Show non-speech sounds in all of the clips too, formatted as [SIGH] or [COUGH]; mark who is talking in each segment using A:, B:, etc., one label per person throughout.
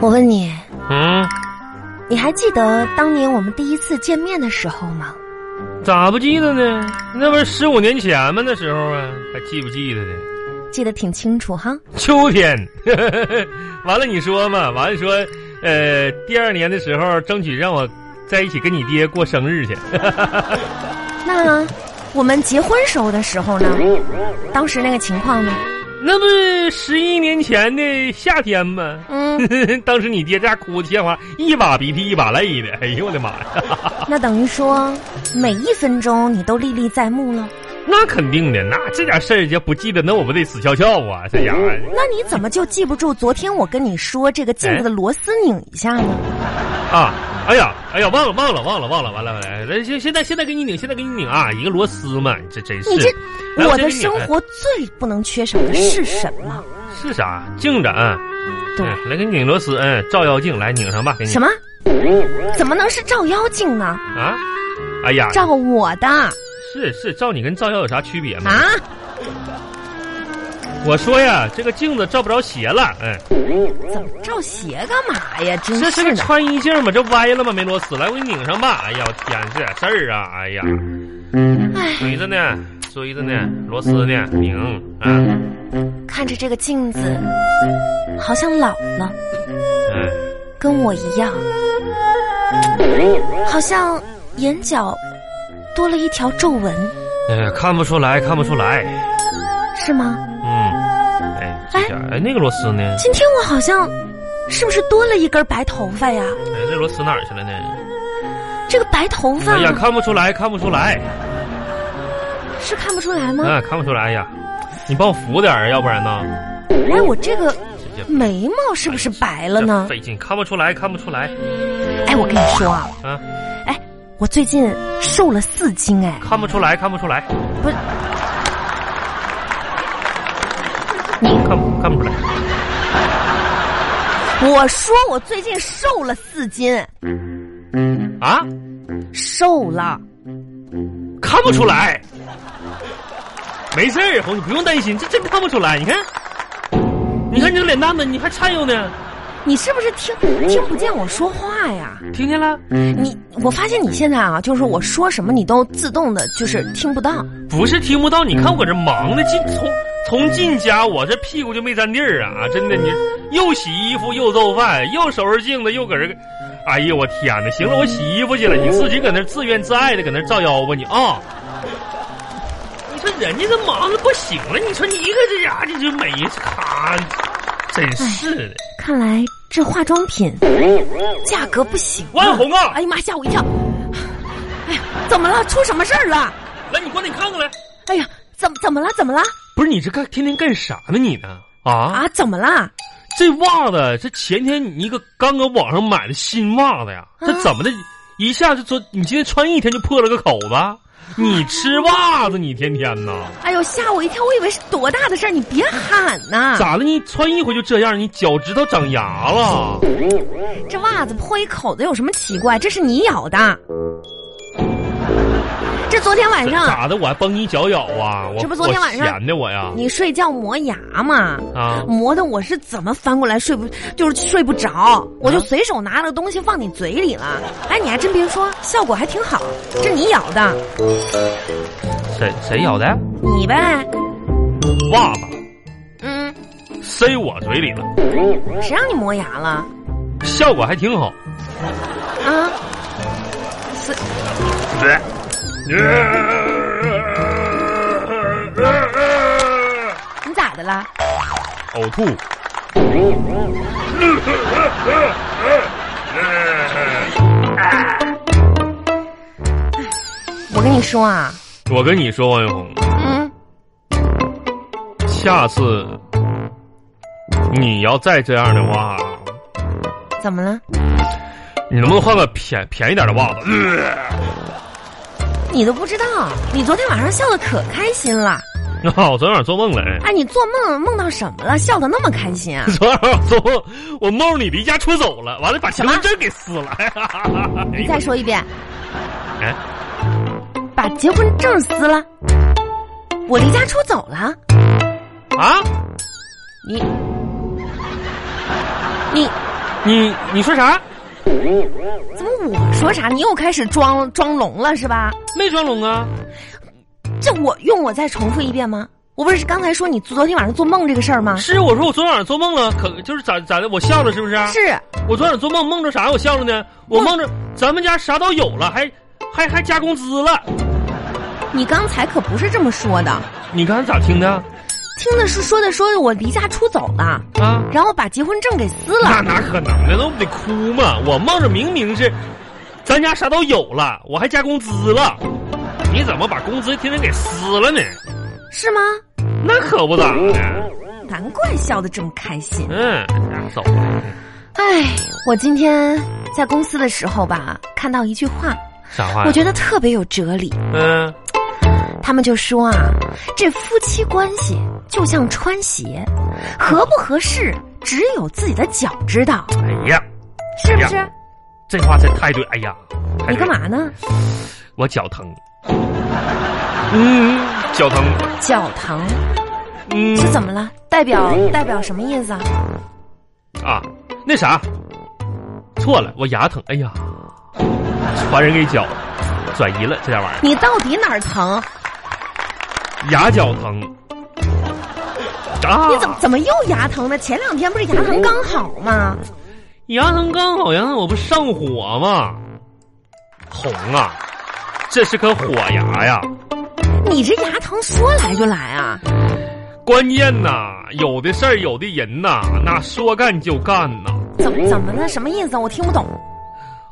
A: 我问你，
B: 嗯，
A: 你还记得当年我们第一次见面的时候吗？
B: 咋不记得呢？那不是十五年前吗？那时候啊，还记不记得呢？
A: 记得挺清楚哈。
B: 秋天， [LAUGHS] 完了你说嘛，完了说，呃，第二年的时候争取让我在一起跟你爹过生日去。 [LAUGHS]
A: 那我们结婚时候的时候呢？当时那个情况呢？
B: 那不是十一年前的夏天吗？ [LAUGHS]
A: [LAUGHS] 嗯，
B: 当时你爹在家哭的鲜花，一把鼻涕一把泪的，哎呦我的妈呀！
A: 那等于说每一分钟你都历历在目了。
B: 那肯定的，那这点事儿要不记得，那我不得死翘翘啊！这家伙，
A: 那你怎么就记不住昨天我跟你说这个镜子的螺丝拧一下呢？
B: 啊，哎呀，哎呀，忘了，忘了，忘了，忘了，完了，完了，来现现在现在给你拧，现在给你拧啊！一个螺丝嘛，这真是
A: 你这。
B: 来
A: 我的
B: 先给
A: 生
B: 你
A: 活最不能缺少的是什么？
B: 哎是啥？镜子啊，
A: 对，
B: 嗯来给你拧螺丝，嗯，照妖镜，来拧上吧，给你
A: 什么？怎么能是照妖镜呢？
B: 啊？哎呀，
A: 照我的啊！
B: 是是，照你跟照妖有啥区别吗？我说呀，这个镜子照不着鞋了，嗯，
A: 怎么照鞋干嘛呀？真
B: 这这
A: 嗯是
B: 个
A: 的，
B: 穿衣镜嘛，这歪了吗？没螺丝，来我给你拧上吧。哎呀，我天，这点事儿啊，哎呀，
A: 哎
B: 锥子呢？锥子呢？螺丝呢？拧啊，嗯、
A: 看着这个镜子，好像老了，
B: 哎
A: 跟我一样，好像眼角多了一条皱纹，
B: 哎，看不出来，看不出来，
A: 是吗？
B: 嗯，哎，这点儿哎，那个螺丝呢？
A: 今天我好像是不是多了一根白头发呀？
B: 哎，那螺丝哪儿去了呢？
A: 这个白头发
B: 哎呀，看不出来，看不出来，
A: 是看不出来吗？
B: 啊，看不出来哎呀，你帮我扶点儿，要不然呢？
A: 哎，我这个
B: 这这
A: 眉毛是不是白了呢
B: 这？费劲，看不出来，看不出来
A: 哎，我跟你说啊，
B: 啊，
A: 哎，我最近瘦了四斤，哎，
B: 看不出来，看不出来，
A: 不是
B: 看不看不出来。
A: 我说我最近瘦了四斤，
B: 啊，
A: 瘦了。
B: 看不出来。没事儿，红，你不用担心，这真看不出来。你看，你看你这脸蛋子，你还颤悠呢，
A: 你是不是听听不见我说话呀？
B: 听见了？
A: 你，我发现你现在啊，就是我说什么你都自动的，就是听不到。
B: 不是听不到，你看我这忙的进从从进家，我这屁股就没沾地儿啊！真的，你又洗衣服，又做饭，又收拾镜子，又搁这个，哎呀，我天哪！行了，我洗衣服去了，你自己搁那儿自怨自艾的搁那儿照妖吧你啊！你说人家这忙的不行了，你说你一个这家伙这就没咔，真是的。
A: 看来这化妆品价格不行。
B: 万红啊
A: 哎呀妈，吓我一跳！哎呀，怎么了？出什么事儿了？
B: 来，你过来，你看看来。
A: 哎呀，怎么怎么了？怎么了？
B: 不是你这干天天干啥呢？你呢？啊，
A: 啊，怎么了？
B: 这袜子，这前天你一个刚搁网上买的新袜子呀，
A: 啊
B: 这怎么的？一下就昨你今天穿一天就破了个口子？
A: 啊
B: 你吃袜子，你天天呐？
A: 哎呦，吓我一跳！我以为是多大的事儿，你别喊呐！
B: 咋的？你穿一回就这样，你脚趾头长牙了？
A: 这袜子破一口子有什么奇怪？这是你咬的。这昨天晚上
B: 咋的？我还崩你脚咬啊？我
A: 这不昨天晚上
B: 我闲的我呀？
A: 你睡觉磨牙嘛，
B: 啊，
A: 磨的我是怎么翻过来睡不，就是睡不着，我就随手拿了个东西放你嘴里了。哎，你还真别说，效果还挺好，这你咬的，
B: 谁谁咬的？
A: 你呗，
B: 袜子
A: 嗯，
B: 塞我嘴里了，
A: 谁让你磨牙了
B: 效果还挺好。
A: 啊？是
B: 对。
A: 你咋的了？
B: 呕吐。
A: 我跟你说啊，
B: 我跟你说，王永红，
A: 嗯，
B: 下次你要再这样的话，
A: 怎么了？
B: 你能不能换个便便宜点的袜子？ [LAUGHS]
A: 你都不知道，你昨天晚上笑的可开心了。
B: 那、我昨天晚上做梦了，哎 [LAUGHS]
A: 哎，你做梦梦到什么了？笑得那么开心啊？
B: 昨天晚上做梦，我梦里离家出走了，完了把结婚证给撕了。 [LAUGHS]
A: 你再说一遍，
B: 哎，
A: 把结婚证撕了，我离家出走了，
B: 啊，
A: 你，你，
B: 你你说啥？
A: 怎么我说啥？你又开始装装聋了是吧？
B: 没装聋啊？
A: 这我用我再重复一遍吗？我不是刚才说你昨天晚上做梦这个事儿吗？
B: 是，我说我昨天晚上做梦了，可就是咋咋的？我笑了是不是啊？
A: 是，
B: 我昨晚上做梦，梦着啥？我笑了呢？我
A: 梦
B: 梦着咱们家啥都有了，还还还加工资了。
A: 你刚才可不是这么说的，
B: 你刚才咋听的啊？
A: 听的是说的说的我离家出走了，
B: 啊
A: 然后把结婚证给撕
B: [LAUGHS] 那
A: 了。
B: 哪可能呢？那不得哭吗？我梦着明明是，咱家啥都有了，我还加工资了，你怎么把工资天天给撕了呢？
A: 是吗？
B: 那可不咋的。
A: 难怪笑得这么开心。
B: 嗯，那走了。
A: 唉，我今天在公司的时候吧，看到一句话，
B: 啥话呀？
A: 我觉得特别有哲理。
B: 嗯，
A: 他们就说啊，这夫妻关系就像穿鞋，合不合适只有自己的脚知道，
B: 哎呀，
A: 是不是？
B: 呀这话这太对。哎呀，太对
A: 你干？嘛呢？
B: 我脚疼。嗯，脚疼。
A: 脚疼
B: 嗯
A: 是怎么了？代表代表什么意思啊？
B: 啊？那啥，错了，我牙疼。哎呀，传染给脚，转移了这点玩意儿。
A: 你到底哪儿
B: 哦
A: 疼？
B: 牙脚疼。啊！
A: 你怎么怎么又牙疼呢？前两天不是牙疼刚好吗？
B: 牙疼刚好牙疼，我不上火吗？红啊，这是颗火牙呀。
A: 你这牙疼说来就来啊？
B: 关键呐，有的事儿有的人呐，那说干就干呐。
A: 怎么怎么了？什么意思啊？我听不懂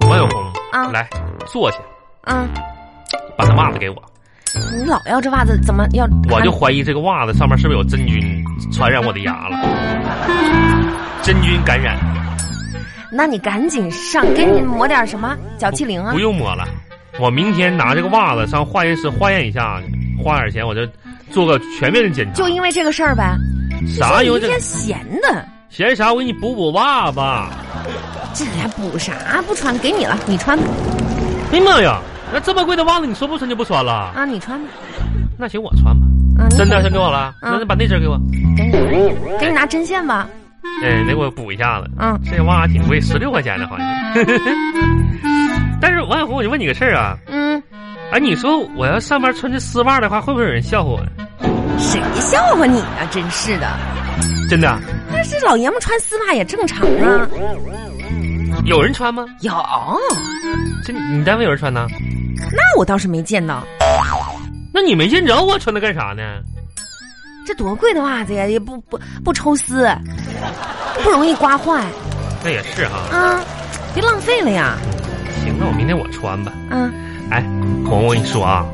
B: 王小红，
A: 啊
B: 来坐下，
A: 啊！
B: 把那袜子给我。
A: 你老要这袜子怎么要？
B: 我就怀疑这个袜子上面是不是有真菌传染我的牙了？真菌感染，
A: 那你赶紧上，给你抹点什么脚气灵啊
B: 不？用抹了。我明天拿这个袜子上化验室化验一下，花点钱我就做个全面的检查。
A: 就因为这个事儿呗。
B: 啥
A: 有一
B: 有哎这
A: 天闲的，
B: 嫌啥？我给你补补袜哎吧。
A: 这还补啥？不穿给你了，你穿吧
B: 哎呀妈呀，那这么贵的袜子，你说不穿就不穿了？
A: 啊，你穿吧。
B: 那行，我穿吧。
A: 啊，你
B: 真的
A: 给
B: 哦先给我了，
A: 嗯
B: 那你把那针给我。
A: 你给你拿针线吧。
B: 嗯，那给我补一下子。
A: 嗯，
B: 这袜子挺贵，十六块钱呢，好像。 [LAUGHS] 但是王小红，我就问你个事儿啊，
A: 嗯，
B: 哎，你说我要上班穿这丝袜的话，会不会有人笑话我？
A: 谁笑话你啊？真是的，
B: 真的，啊
A: 但是老爷们穿丝袜也正常啊。
B: 有人穿吗？
A: 有，
B: 这你单位有人穿呢？
A: 那我倒是没见到。
B: 那你没见着我穿它干啥呢？
A: 这多贵的袜子呀，也不不不抽丝，不容易刮坏
B: 那也是哈、
A: 啊，别浪费了呀。
B: 行，那我明天我穿吧。
A: 啊，
B: 哎，红，我跟你说啊，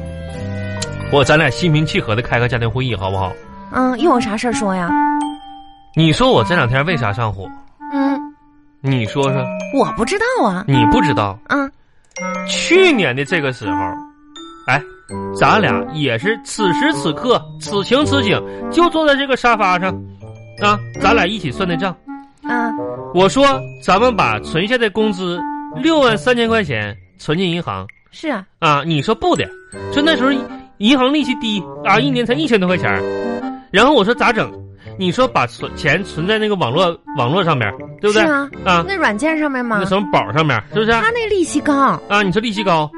B: 我咱俩心平气和的开个家庭会议好不好？
A: 嗯，又有啥事儿说呀？
B: 你说我这两天为啥上火？
A: 嗯，
B: 你说说，
A: 我不知道啊。
B: 你不知道，
A: 啊，
B: 去年的这个时候，哎，咱俩也是此时此刻、此情此景，就坐在这个沙发上，啊，咱俩一起算的账。
A: 啊，
B: 我说咱们把存下的工资六万三千块钱存进银行
A: 是啊，
B: 啊，你说不的，说那时候银行利息低啊，一年才一千多块钱儿。然后我说咋整？你说把存钱存在那个网络网络上面，对不对？
A: 是啊，
B: 啊，
A: 那软件上面吗
B: 那？什么宝上面是不是啊？
A: 他那利息高啊，
B: 啊你说利息高，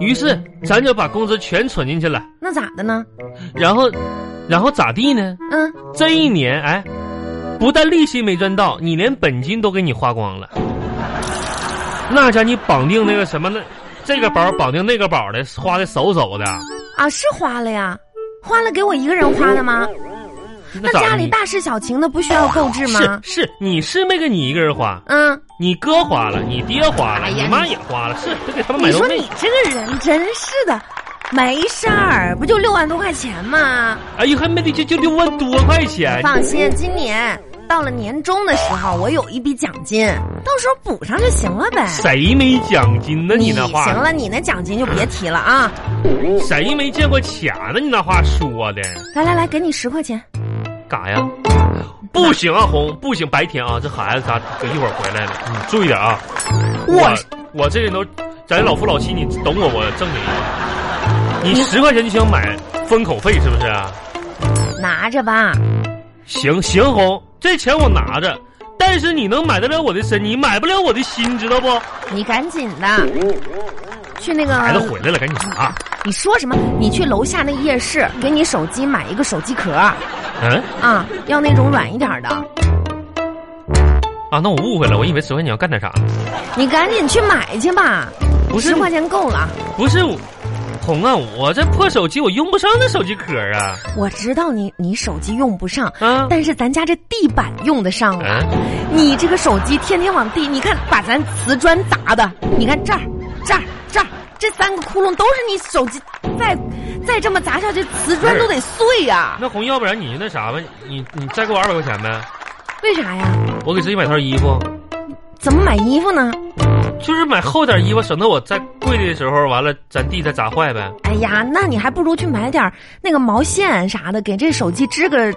B: 于是咱就把工资全存进去了。
A: 那咋的呢？
B: 然后，然后咋地呢？
A: 嗯，
B: 这一年，哎，不但利息没赚到，你连本金都给你花光了。那家你绑定那个什么那，这个宝绑定那个宝的，花的手手的。
A: 啊，是花了呀，花了给我一个人花的吗？那
B: 咋
A: 家里
B: 你
A: 大事小情的不需要购置吗？
B: 是是，你是没给你一个人花，
A: 嗯，
B: 你哥花了，你爹花了，
A: 哎呀
B: 你妈也花了，是都给他们买
A: 你
B: 东
A: 说
B: 西
A: 你。这个人真是的，没事儿，不就六万多块钱吗？
B: 哎呦，还没得就就六万多块钱，
A: 放心，今年到了年终的时候，我有一笔奖金，到时候补上就行了呗。
B: 谁没奖金呢？你那话，
A: 行了，你那奖金就别提了啊！
B: 谁没见过钱呢？你那话说的。
A: 来来来，给你十块钱。
B: 干啥呀？不行
A: 嗯
B: 啊，红，不行！白天啊，这孩子咋等一会儿回来了？你注意点啊！我我这人都，咱老夫老妻，你懂我，我正经一点。你
A: 你
B: 十块钱就想买封口费是不是啊？
A: 拿着吧，
B: 行行，红，这钱我拿着，但是你能买得了我的身，你买不了我的心，知道不？
A: 你赶紧的，去那
B: 孩子
A: 个，
B: 回来了，赶紧拿。
A: 你说什么？你去楼下那夜市给你手机买一个手机壳啊，
B: 嗯
A: 要那种软一点的，
B: 啊，那我误会了，我以为十块钱要干点啥。
A: 你赶紧去买去吧，
B: 不是
A: 十块钱够了。
B: 不是我，红啊，我这破手机我用不上那手机壳啊。
A: 我知道你你手机用不上，
B: 啊，
A: 但是咱家这地板用得上啊。
B: 嗯，
A: 你这个手机天天往地，你看把咱瓷砖砸的，你看这儿、这儿、这儿，这三个窟窿都是你手机，再再这么砸下去，瓷砖
B: 哎
A: 都得碎呀、
B: 那红，要不然你那啥吧，你你再给我二百块钱呗，
A: 为啥呀？
B: 我给自己买套衣服，
A: 怎么买衣服呢？
B: 就是买厚点衣服，省得我在跪的时候完了咱地再砸坏呗。
A: 哎呀，那你还不如去买点儿那个毛线啥的，给这手机织个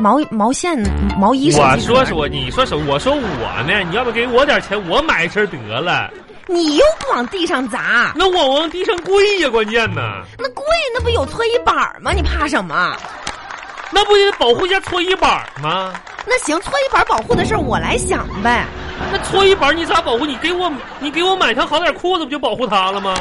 A: 毛毛线毛衣手机壳。
B: 我说说，你说说，我说我呢，你要不给我点钱，我买一身得了。
A: 你又不往地上砸，
B: 那我往地上跪呀，关键呢，
A: 那贵那不有搓衣板儿吗？你怕什么？
B: 那不得保护一下搓衣板吗？
A: 那行，搓衣板保护的事儿我来想呗。
B: 那搓衣板你咋保护？你给我你给我买条好点裤子不就保护它了吗？